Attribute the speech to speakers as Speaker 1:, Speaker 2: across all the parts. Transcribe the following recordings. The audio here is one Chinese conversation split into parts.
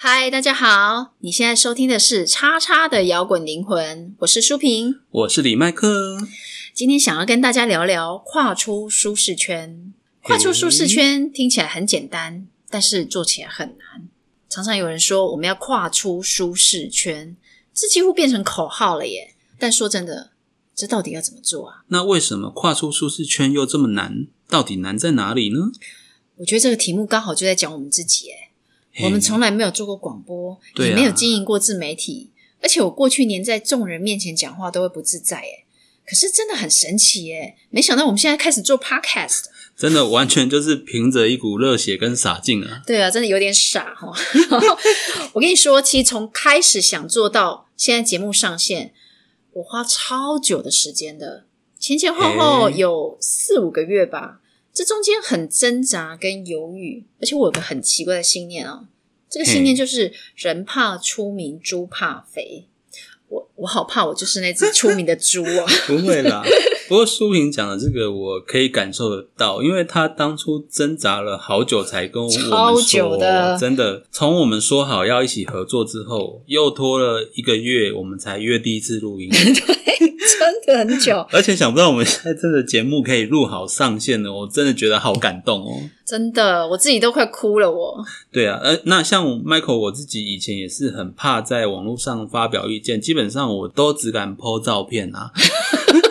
Speaker 1: 嗨，大家好！你现在收听的是《叉叉的摇滚灵魂》，我是舒平。
Speaker 2: 我是李麦克，
Speaker 1: 今天想要跟大家聊聊跨出舒适圈。跨出舒适圈听起来很简单，但是做起来很难。常常有人说我们要跨出舒适圈，这几乎变成口号了耶。但说真的，这到底要怎么做啊？
Speaker 2: 那为什么跨出舒适圈又这么难？到底难在哪里呢？
Speaker 1: 我觉得这个题目刚好就在讲我们自己哎。我们从来没有做过广播，
Speaker 2: 对啊
Speaker 1: 也没有经营过自媒体，而且我过去连在众人面前讲话都会不自在哎。可是真的很神奇耶！没想到我们现在开始做 podcast，
Speaker 2: 嘿真的完全就是凭着一股热血跟洒劲啊！
Speaker 1: 对啊，真的有点傻哈。 我跟你说，其实从开始想做到现在节目上线，我花超久的时间的，前前后后
Speaker 2: 诶
Speaker 1: 有四五个月吧。这中间很挣扎跟犹豫，而且我有个很奇怪的信念哦，这个信念就是人怕出名，猪怕肥。我我好怕，我就是那只出名的猪哦。
Speaker 2: 不会啦。不过苏萍讲的这个，我可以感受得到，因为她当初挣扎了好久才跟我们说，
Speaker 1: 超久的
Speaker 2: 真的。从我们说好要一起合作之后，又拖了一个月，我们才约第一次 录音。
Speaker 1: 真的很久，
Speaker 2: 而且想不到我们现在这个节目可以录好上线了，我真的觉得好感动哦。
Speaker 1: 真的，我自己都快哭了我。
Speaker 2: 对啊，呃，那像 Michael 我自己以前也是很怕在网络上发表意见，基本上我都只敢 po 照片啊。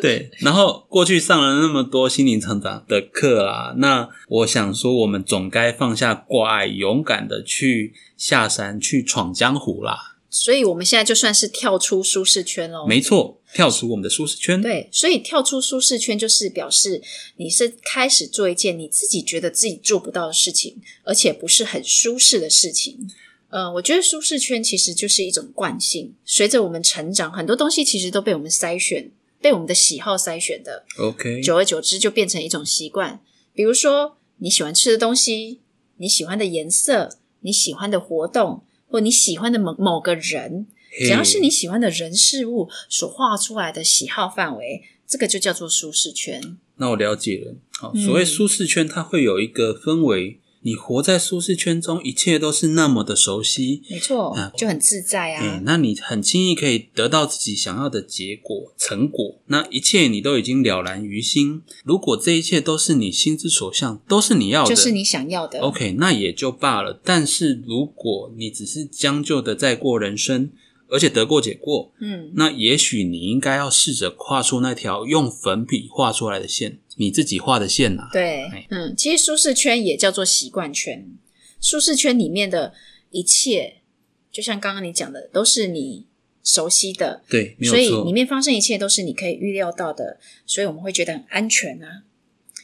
Speaker 2: 对，然后过去上了那么多心灵成长的课啊，那我想说，我们总该放下挂碍，勇敢的去下山，去闯江湖啦。
Speaker 1: 所以我们现在就算是跳出舒适圈喽。
Speaker 2: 没错，跳出我们的舒适圈。
Speaker 1: 对，所以跳出舒适圈就是表示你是开始做一件你自己觉得自己做不到的事情，而且不是很舒适的事情。呃，我觉得舒适圈其实就是一种惯性，随着我们成长，很多东西其实都被我们筛选，被我们的喜好筛选的，
Speaker 2: ，OK，
Speaker 1: 久而久之就变成一种习惯。比如说你喜欢吃的东西，你喜欢的颜色，你喜欢的活动，或你喜欢的某某个人，只要
Speaker 2: 嗯
Speaker 1: 是你喜欢的人事物所画出来的喜好范围，这个就叫做舒适圈。
Speaker 2: 那我了解了。好，
Speaker 1: 嗯
Speaker 2: 所谓舒适圈，它会有一个氛围，你活在舒适圈中，一切都是那么的熟悉。
Speaker 1: 没错
Speaker 2: 啊，
Speaker 1: 就很自在
Speaker 2: 哎、
Speaker 1: 啊。
Speaker 2: 那你很轻易可以得到自己想要的结果、成果，那一切你都已经了然于心。如果这一切都是你心之所向，都是你要
Speaker 1: 就
Speaker 2: 的，
Speaker 1: 是你想要的。
Speaker 2: OK，那也就罢了。但是如果你只是将就的在过人生，而且得过且过，
Speaker 1: 嗯，
Speaker 2: 那也许你应该要试着跨出那条用粉笔画出来的线，你自己画的线呐、哎
Speaker 1: 对，嗯，其实舒适圈也叫做习惯圈。舒适圈里面的一切，就像刚刚你讲的，都是你熟悉的，
Speaker 2: 对，没有
Speaker 1: 所
Speaker 2: 错。
Speaker 1: 以里面发生一切都是你可以预料到的，所以我们会觉得很安全啊。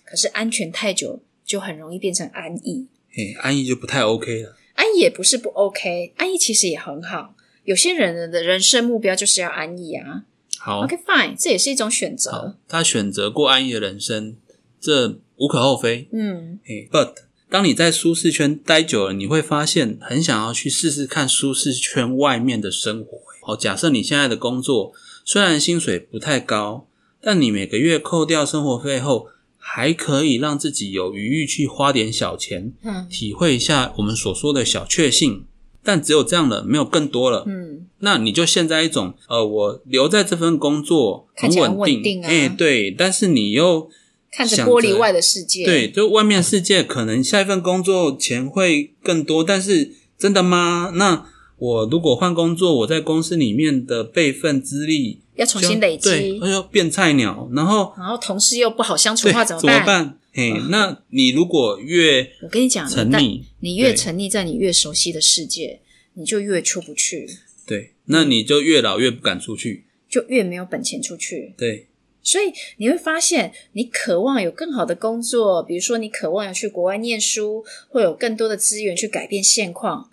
Speaker 1: 可是安全太久，就很容易变成安逸。
Speaker 2: 嘿，安逸就不太 OK 了。
Speaker 1: 安逸也不是不 OK，安逸其实也很好。有些人的人生目标就是要安逸啊。
Speaker 2: 好，
Speaker 1: OK fine，这也是一种选
Speaker 2: 好
Speaker 1: 择。，
Speaker 2: 他选择过安逸的人生，这无可厚非。
Speaker 1: 嗯，
Speaker 2: 嘿，But 当你在舒适圈待久了，你会发现很想要去试试看舒适圈外面的生活。欸好，假设你现在的工作虽然薪水不太高，但你每个月扣掉生活费后，还可以让自己有余裕去花点小钱，
Speaker 1: 嗯
Speaker 2: 体会一下我们所说的小确幸。但只有这样了，没有更多了。
Speaker 1: 嗯，
Speaker 2: 那你就陷在一种呃，我留在这份工作
Speaker 1: 看起来
Speaker 2: 稳
Speaker 1: 很稳定啊
Speaker 2: 哎、对，但是你又
Speaker 1: 看着
Speaker 2: 想
Speaker 1: 玻璃外的世界，
Speaker 2: 对，就外面世界可能下一份工作钱会更多，但是真的吗？那我如果换工作，我在公司里面的备份资历
Speaker 1: 要重新累
Speaker 2: 对
Speaker 1: 积，，
Speaker 2: 哎呦变菜鸟，然后
Speaker 1: 然后同事又不好相处
Speaker 2: 对
Speaker 1: 的话怎
Speaker 2: 么
Speaker 1: 办？
Speaker 2: 办？嘿，那你如果越
Speaker 1: 我跟你讲，
Speaker 2: 沉
Speaker 1: 但
Speaker 2: 溺，
Speaker 1: 你越
Speaker 2: 对
Speaker 1: 沉溺在你越熟悉的世界，你就越出不去，
Speaker 2: 对，那你就越老越不敢出去，
Speaker 1: 就越没有本钱出去。
Speaker 2: 对，
Speaker 1: 所以你会发现，你渴望有更好的工作，比如说你渴望要去国外念书，会有更多的资源去改变现况。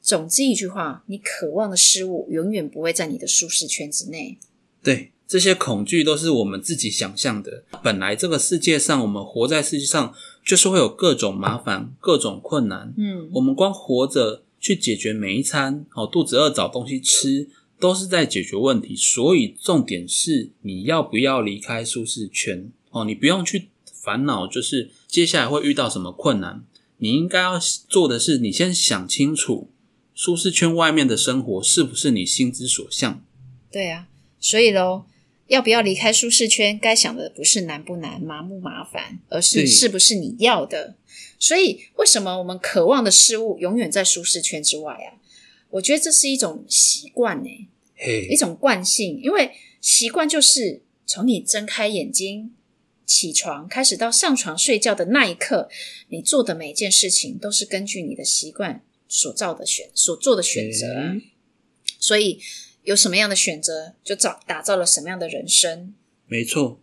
Speaker 1: 总之一句话，你渴望的事物永远不会在你的舒适圈之内。
Speaker 2: 对，这些恐惧都是我们自己想象的。本来这个世界上，我们活在世界上，就是会有各种麻烦、各种困难。
Speaker 1: 嗯，
Speaker 2: 我们光活着去解决每一餐，哦，肚子饿找东西吃，都是在解决问题。所以重点是你要不要离开舒适圈哦，你不用去烦恼，就是接下来会遇到什么困难。你应该要做的是，你先想清楚，舒适圈外面的生活是不是你心之所向？
Speaker 1: 对啊，所以喽，要不要离开舒适圈，该想的不是难不难、麻不麻烦，而
Speaker 2: 对
Speaker 1: 是是不是你要的。所以，为什么我们渴望的事物永远在舒适圈之外啊？我觉得这是一种习惯呢、欸一
Speaker 2: 嘿，
Speaker 1: 种惯性，因为习惯就是从你睁开眼睛、起床开始到上床睡觉的那一刻，你做的每一件事情都是根据你的习惯所造的选所做的选择啊、
Speaker 2: 诶
Speaker 1: 所以有什么样的选择，就造打造了什么样的人生。
Speaker 2: 没错。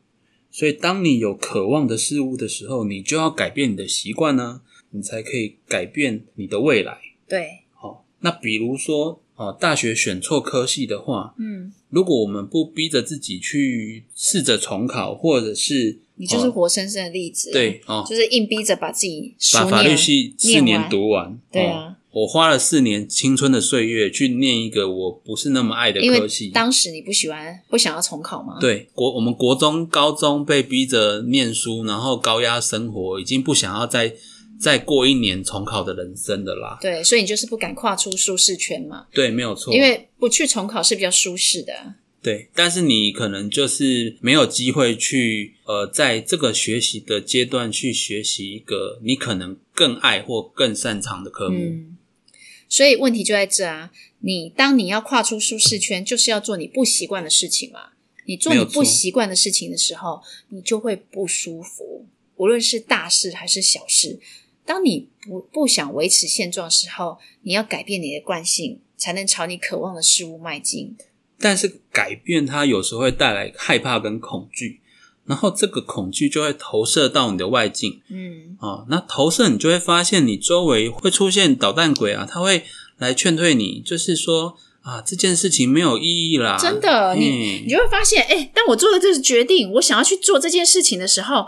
Speaker 2: 所以，当你有渴望的事物的时候，你就要改变你的习惯呢、你才可以改变你的未来。
Speaker 1: 对，
Speaker 2: 好、那比如说，哦，大学选错科系的话，
Speaker 1: 嗯，
Speaker 2: 如果我们不逼着自己去试着重考，或者是
Speaker 1: 你就是
Speaker 2: 哦
Speaker 1: 活生生的例子、，啊
Speaker 2: 对哦，
Speaker 1: 就是硬逼着把自己熟
Speaker 2: 把
Speaker 1: 念
Speaker 2: 法律系四
Speaker 1: 念
Speaker 2: 年
Speaker 1: 完
Speaker 2: 读完，
Speaker 1: 对
Speaker 2: 哦
Speaker 1: 啊，
Speaker 2: 我花了四年青春的岁月去念一个我不是那么爱的
Speaker 1: 因
Speaker 2: 科
Speaker 1: 为
Speaker 2: 系。
Speaker 1: 当时你不喜欢，不想要重考吗？，
Speaker 2: 对国，我们国中、高中被逼着念书，然后高压生活，已经不想要再再过一年重考的人生的啦。
Speaker 1: 对，所以你就是不敢跨出舒适圈嘛。
Speaker 2: 对，没有错。
Speaker 1: 因为不去重考是比较舒适的。
Speaker 2: 对，但是你可能就是没有机会去呃，在这个学习的阶段去学习一个你可能更爱或更擅长的科目。
Speaker 1: 嗯，所以问题就在这啊！你当你要跨出舒适圈，就是要做你不习惯的事情嘛。你做
Speaker 2: 没
Speaker 1: 你
Speaker 2: 有错
Speaker 1: 不习惯的事情的时候，你就会不舒服，无论是大事还是小事。当你不不想维持现状的时候，你要改变你的惯性，才能朝你渴望的事物迈进。
Speaker 2: 但是改变它有时候会带来害怕跟恐惧，然后这个恐惧就会投射到你的外境
Speaker 1: 嗯，
Speaker 2: 啊、哦那投射你就会发现你周围会出现捣蛋鬼啊，他会来劝退你，就是说啊这件事情没有意义啦。
Speaker 1: 真的，你
Speaker 2: 嗯
Speaker 1: 你就会发现，哎、当我做了这个决定，我想要去做这件事情的时候，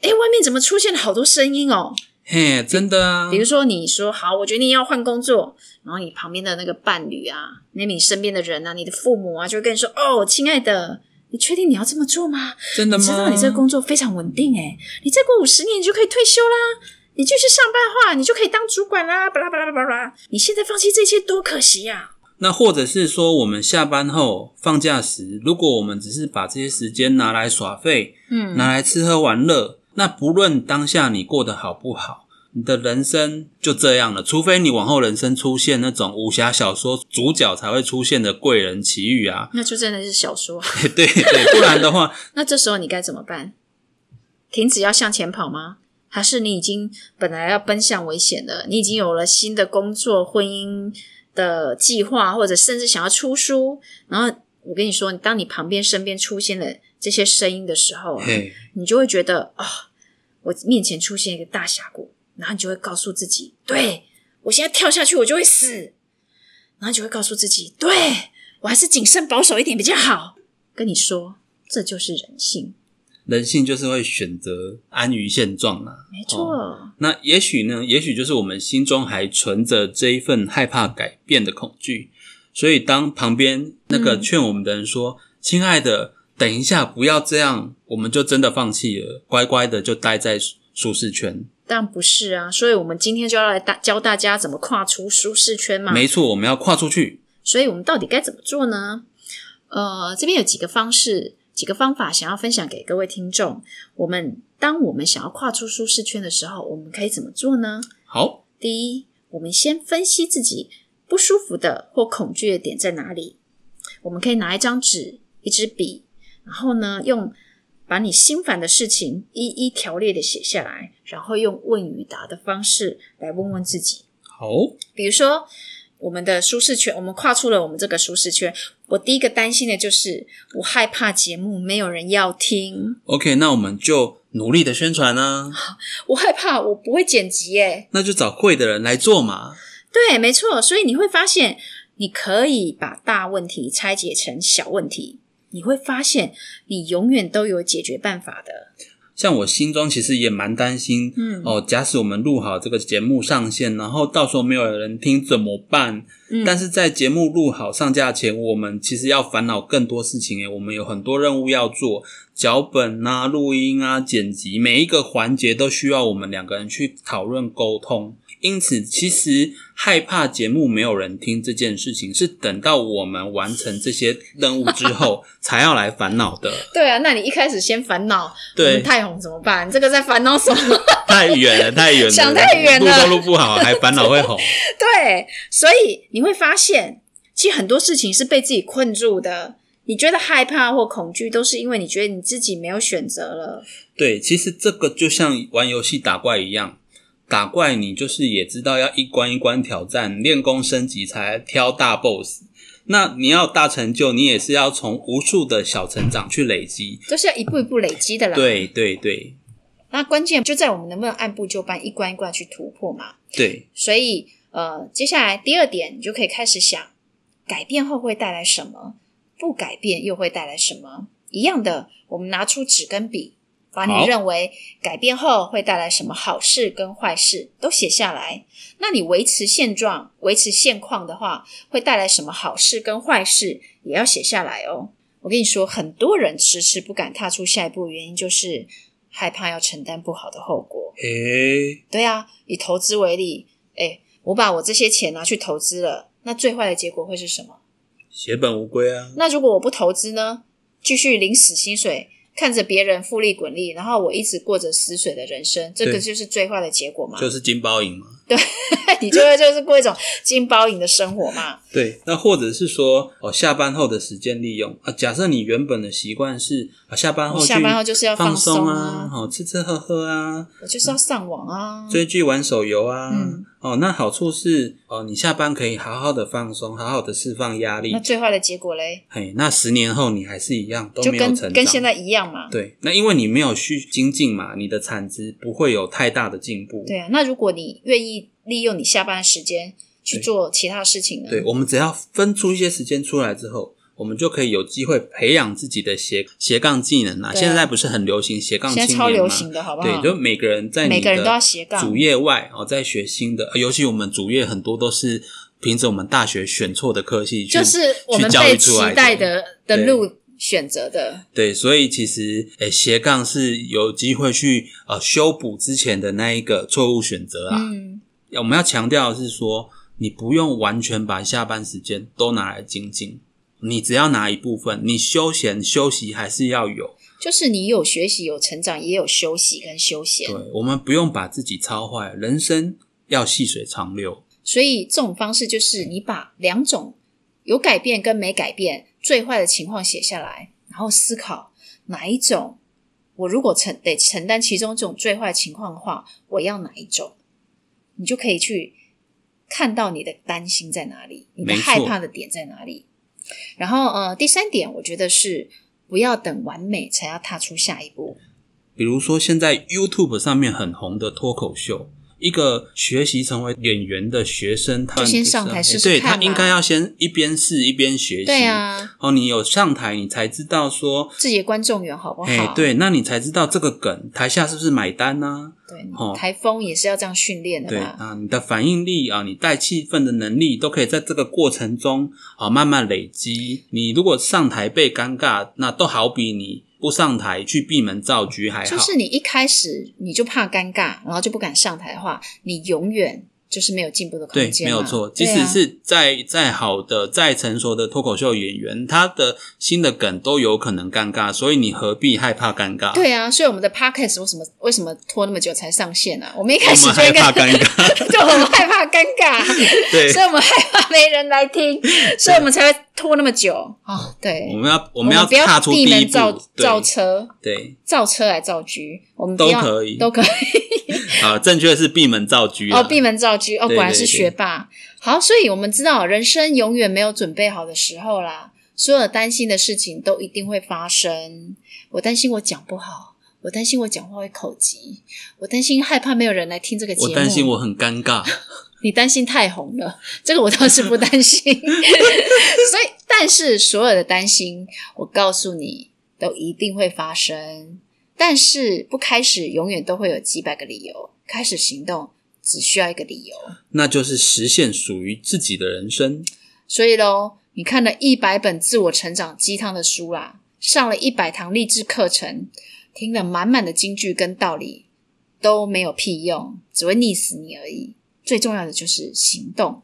Speaker 1: 哎、外面怎么出现了好多声音哦？
Speaker 2: 嘿，真的啊，
Speaker 1: 比如说，你说好，我决定要换工作，然后你旁边的那个伴侣啊，那你身边的人啊，你的父母啊，就会跟你说：“哦，亲爱的，你确定你要这么做吗？
Speaker 2: 真的
Speaker 1: 你
Speaker 2: 吗？
Speaker 1: 知道你这个工作非常稳定、诶，你再过五十年你就可以退休啦。”你继续上班的话，你就可以当主管啦，巴拉巴拉巴拉巴拉。你现在放弃这些多可惜啊呀、
Speaker 2: 那或者是说，我们下班后放假时，如果我们只是把这些时间拿来耍废，
Speaker 1: 嗯，
Speaker 2: 拿来吃喝玩乐，那不论当下你过得好不好，你的人生就这样了。除非你往后人生出现那种武侠小说主角才会出现的贵人奇遇啊，
Speaker 1: 那就真的是小说。
Speaker 2: 对对对，不然的话，
Speaker 1: 那这时候你该怎么办？停止要向前跑吗？还是你已经本来要奔向危险了？你已经有了新的工作、婚姻的计划，或者甚至想要出书。然后我跟你说，当你旁边、身边出现了这些声音的时候啊、
Speaker 2: 嘿，
Speaker 1: 你就会觉得啊、我面前出现一个大峡谷，然后你就会告诉自己，对我现在跳下去我就会死，然后你就会告诉自己，对我还是谨慎保守一点比较好。跟你说，这就是人性，
Speaker 2: 人性就是会选择安于现状啊。
Speaker 1: 没错。
Speaker 2: 那也许呢，也许就是我们心中还存着这一份害怕改变的恐惧，所以当旁边那个
Speaker 1: 嗯
Speaker 2: 劝我们的人说：“亲爱的，等一下，不要这样”，我们就真的放弃了，乖乖的就待在舒适圈。
Speaker 1: 但不是啊，所以我们今天就要来大教大家怎么跨出舒适圈嘛。
Speaker 2: 没错，我们要跨出去。
Speaker 1: 所以我们到底该怎么做呢？呃，这边有几个方式、几个方法想要分享给各位听众。我们当我们想要跨出舒适圈的时候，我们可以怎么做呢？
Speaker 2: 好，
Speaker 1: 第一，我们先分析自己不舒服的或恐惧的点在哪里。我们可以拿一张纸、一支笔，然后呢，用把你心烦的事情一一条列的写下来，然后用问与答的方式来问问自己。
Speaker 2: 好，
Speaker 1: 比如说，我们的舒适圈，我们跨出了我们这个舒适圈。我第一个担心的就是，我害怕节目没有人要听，
Speaker 2: ，OK，那我们就努力的宣传啊，
Speaker 1: 我害怕我不会剪辑耶、
Speaker 2: 那就找会的人来做嘛。
Speaker 1: 对，没错。所以你会发现，你可以把大问题拆解成小问题，你会发现你永远都有解决办法的。
Speaker 2: 像我心中其实也蛮担心，
Speaker 1: 嗯
Speaker 2: 哦，假使我们录好这个节目上线，然后到时候没有人听怎么办？
Speaker 1: 嗯
Speaker 2: 但是在节目录好上架前，我们其实要烦恼更多事情诶，我们有很多任务要做，脚本啊、录音啊、剪辑，每一个环节都需要我们两个人去讨论沟通。因此，其实害怕节目没有人听这件事情，是等到我们完成这些任务之后才要来烦恼的。
Speaker 1: 对啊，那你一开始先烦恼，我
Speaker 2: 对
Speaker 1: 们，太红怎么办？这个在烦恼什么？
Speaker 2: 太远了，太远了，
Speaker 1: 想太远了
Speaker 2: 录都录不好，还烦恼会红。
Speaker 1: 对，所以你会发现，其实很多事情是被自己困住的。你觉得害怕或恐惧，都是因为你觉得你自己没有选择了。
Speaker 2: 对，其实这个就像玩游戏打怪一样，打怪你就是也知道要一关一关挑战，练功升级才挑大 BOSS。那你要大成就，你也是要从无数的小成长去累积。
Speaker 1: 就是要一步一步累积的啦。，
Speaker 2: 对对对
Speaker 1: 那关键就在我们能不能按部就班，一关一关去突破嘛。
Speaker 2: 对，
Speaker 1: 所以，呃，接下来第二点，你就可以开始想，改变后会带来什么，不改变又会带来什么。一样的，我们拿出纸跟笔，把
Speaker 2: 好
Speaker 1: 你认为改变后会带来什么好事跟坏事都写下来。那你维持现状、维持现况的话，会带来什么好事跟坏事也要写下来哦。我跟你说，很多人迟迟不敢踏出下一步，原因就是害怕要承担不好的后果。
Speaker 2: 诶，
Speaker 1: 对啊，以投资为例，哎，我把我这些钱拿去投资了，那最坏的结果会是什么？
Speaker 2: 血本无归啊！
Speaker 1: 那如果我不投资呢？继续领死薪水，看着别人复利滚利，然后我一直过着死水的人生，这个
Speaker 2: 对
Speaker 1: 就是最坏的结果嘛？
Speaker 2: 就是金包银嘛。
Speaker 1: 你就会就是过一种金包银的生活嘛？
Speaker 2: 对，那或者是说，哦，下班后的时间利用啊。假设你原本的习惯是啊，下班后
Speaker 1: 我
Speaker 2: 去
Speaker 1: 哦下班后就是要
Speaker 2: 放
Speaker 1: 放松
Speaker 2: 啊，
Speaker 1: 啊，
Speaker 2: 好、吃吃喝喝啊，
Speaker 1: 我就是要上网啊，
Speaker 2: 追剧玩手游啊。
Speaker 1: 嗯
Speaker 2: 哦，那好处是哦，你下班可以好好的放松，好好的释放压力
Speaker 1: 那。最坏的结果嘞，
Speaker 2: 嘿，那十年后你还是一样都
Speaker 1: 就
Speaker 2: 没有
Speaker 1: 跟
Speaker 2: 成长。
Speaker 1: 跟现在一样嘛。
Speaker 2: 对，那因为你没有去精进嘛，你的产值不会有太大的进步。
Speaker 1: 对啊，那如果你愿意利用你下班的时间去
Speaker 2: 对
Speaker 1: 做其他事情呢？
Speaker 2: 对，我们只要分出一些时间出来之后，我们就可以有机会培养自己的斜斜杠技能啊。
Speaker 1: 对啊
Speaker 2: 现在不是很流行斜杠青
Speaker 1: 现
Speaker 2: 年
Speaker 1: 在
Speaker 2: 吗？
Speaker 1: 超流行的，好不好？
Speaker 2: 对，就每个人在你的
Speaker 1: 每个人都要斜杠
Speaker 2: 主业外哦，在学新的，呃尤其我们主业很多都是凭着我们大学选错的科系去，
Speaker 1: 就是我们
Speaker 2: 去教育
Speaker 1: 被
Speaker 2: 出
Speaker 1: 期
Speaker 2: 来的
Speaker 1: 待的的
Speaker 2: 对
Speaker 1: 路选择的，
Speaker 2: 对，所以其实诶斜杠是有机会去呃修补之前的那一个错误选择啊。
Speaker 1: 嗯，
Speaker 2: 我们要强调的是说，你不用完全把下班时间都拿来精进，你只要拿一部分，你休闲休息还是要有。
Speaker 1: 就是你有学习、有成长，也有休息跟休闲
Speaker 2: 对，，我们不用把自己操坏，人生要细水长流。
Speaker 1: 所以这种方式就是你把两种有改变跟没改变最坏的情况写下来，然后思考哪一种，我如果承得承担其中这种最坏的情况的话，我要哪一种，你就可以去看到你的担心在哪里，你的
Speaker 2: 没错
Speaker 1: 害怕的点在哪里。然后呃，第三点我觉得是不要等完美才要踏出下一步，
Speaker 2: 比如说，现在 YouTube 上面很红的脱口秀，一个学习成为演员的学生，他哎
Speaker 1: 就先上台试试
Speaker 2: 对
Speaker 1: 看
Speaker 2: 他
Speaker 1: 嘛
Speaker 2: 应该要先一边试一边学习。
Speaker 1: 对，啊，
Speaker 2: 哦，你有上台，你才知道说，
Speaker 1: 自己的观众缘好不好？
Speaker 2: 哎，对，那你才知道这个梗台下是不是买单呢、
Speaker 1: 对
Speaker 2: 哦
Speaker 1: 台风也是要这样训练的
Speaker 2: 对
Speaker 1: 嘛。
Speaker 2: 啊，你的反应力啊，你带气氛的能力，都可以在这个过程中啊慢慢累积。你如果上台被尴尬，那都好比你不上台去闭门造局还好。
Speaker 1: 就是你一开始你就怕尴尬，然后就不敢上台的话，你永远就是没有进步的空
Speaker 2: 对，
Speaker 1: 间
Speaker 2: 没
Speaker 1: 嘛。
Speaker 2: 有错。即
Speaker 1: 对
Speaker 2: 使
Speaker 1: 啊
Speaker 2: 是再再好的、再成熟的脱口秀演员，他的新的梗都有可能尴尬，所以你何必害怕尴尬？，
Speaker 1: 对啊，所以我们的 podcast 为什么为什么拖那么久才上线呢、啊？我们一 开
Speaker 2: 我
Speaker 1: 始
Speaker 2: 们
Speaker 1: 就
Speaker 2: 害
Speaker 1: 应
Speaker 2: 怕
Speaker 1: 该，
Speaker 2: 尴尬。
Speaker 1: 对，我们害怕尴 尬，
Speaker 2: 对，
Speaker 1: 所以我们害怕没人来 听，所以我们才会拖那么久啊、哦。对，
Speaker 2: 我们要我
Speaker 1: 我
Speaker 2: 们要
Speaker 1: 不要
Speaker 2: 踏出第
Speaker 1: 闭
Speaker 2: 一
Speaker 1: 门
Speaker 2: 步，
Speaker 1: 造造
Speaker 2: 对
Speaker 1: 车。
Speaker 2: 对
Speaker 1: 造车来造局，我们不
Speaker 2: 都
Speaker 1: 要
Speaker 2: 可以
Speaker 1: 都可以。
Speaker 2: 啊，正确是闭门造车啊
Speaker 1: 哦，闭门造车哦，
Speaker 2: 对
Speaker 1: 果然是
Speaker 2: 对对
Speaker 1: 学霸。好，所以我们知道，人生永远没有准备好的时候啦，所有担心的事情都一定会发生。我担心我讲不好，我担心我讲话会口急，我担心害怕没有人来听这个节目，
Speaker 2: 我担心我很尴尬，
Speaker 1: 你担心太红了，这个我倒是不担 心。所以，但是所有的担心，我告诉你，都一定会发生。但是不开始，永远都会有几百个理由；开始行动，只需要一个理由。
Speaker 2: 那就是实现属于自己的人生。
Speaker 1: 所以喽，你看了一百本自我成长鸡汤的书啦，上了一百堂励志课程，听了满满的金句跟道理，都没有屁用，只会溺死你而已。最重要的就是行动。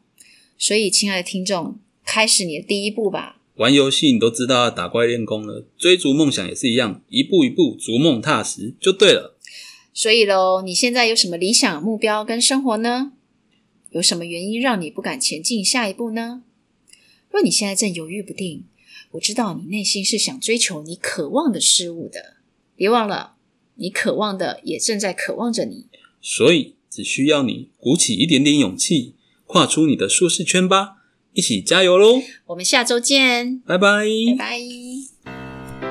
Speaker 1: 所以，亲爱的听众，开始你的第一步吧。
Speaker 2: 玩游戏你都知道要打怪练功了，追逐梦想也是一样，一步一步逐梦踏实就对了。
Speaker 1: 所以喽，你现在有什么理想目标跟生活呢？有什么原因让你不敢前进下一步呢？若你现在正犹豫不定，我知道你内心是想追求你渴望的事物的。别忘了，你渴望的也正在渴望着你。
Speaker 2: 所以只需要你鼓起一点点勇气，跨出你的舒适圈吧，一起加油喽！
Speaker 1: 我们下周见，
Speaker 2: 拜拜，
Speaker 1: 拜拜。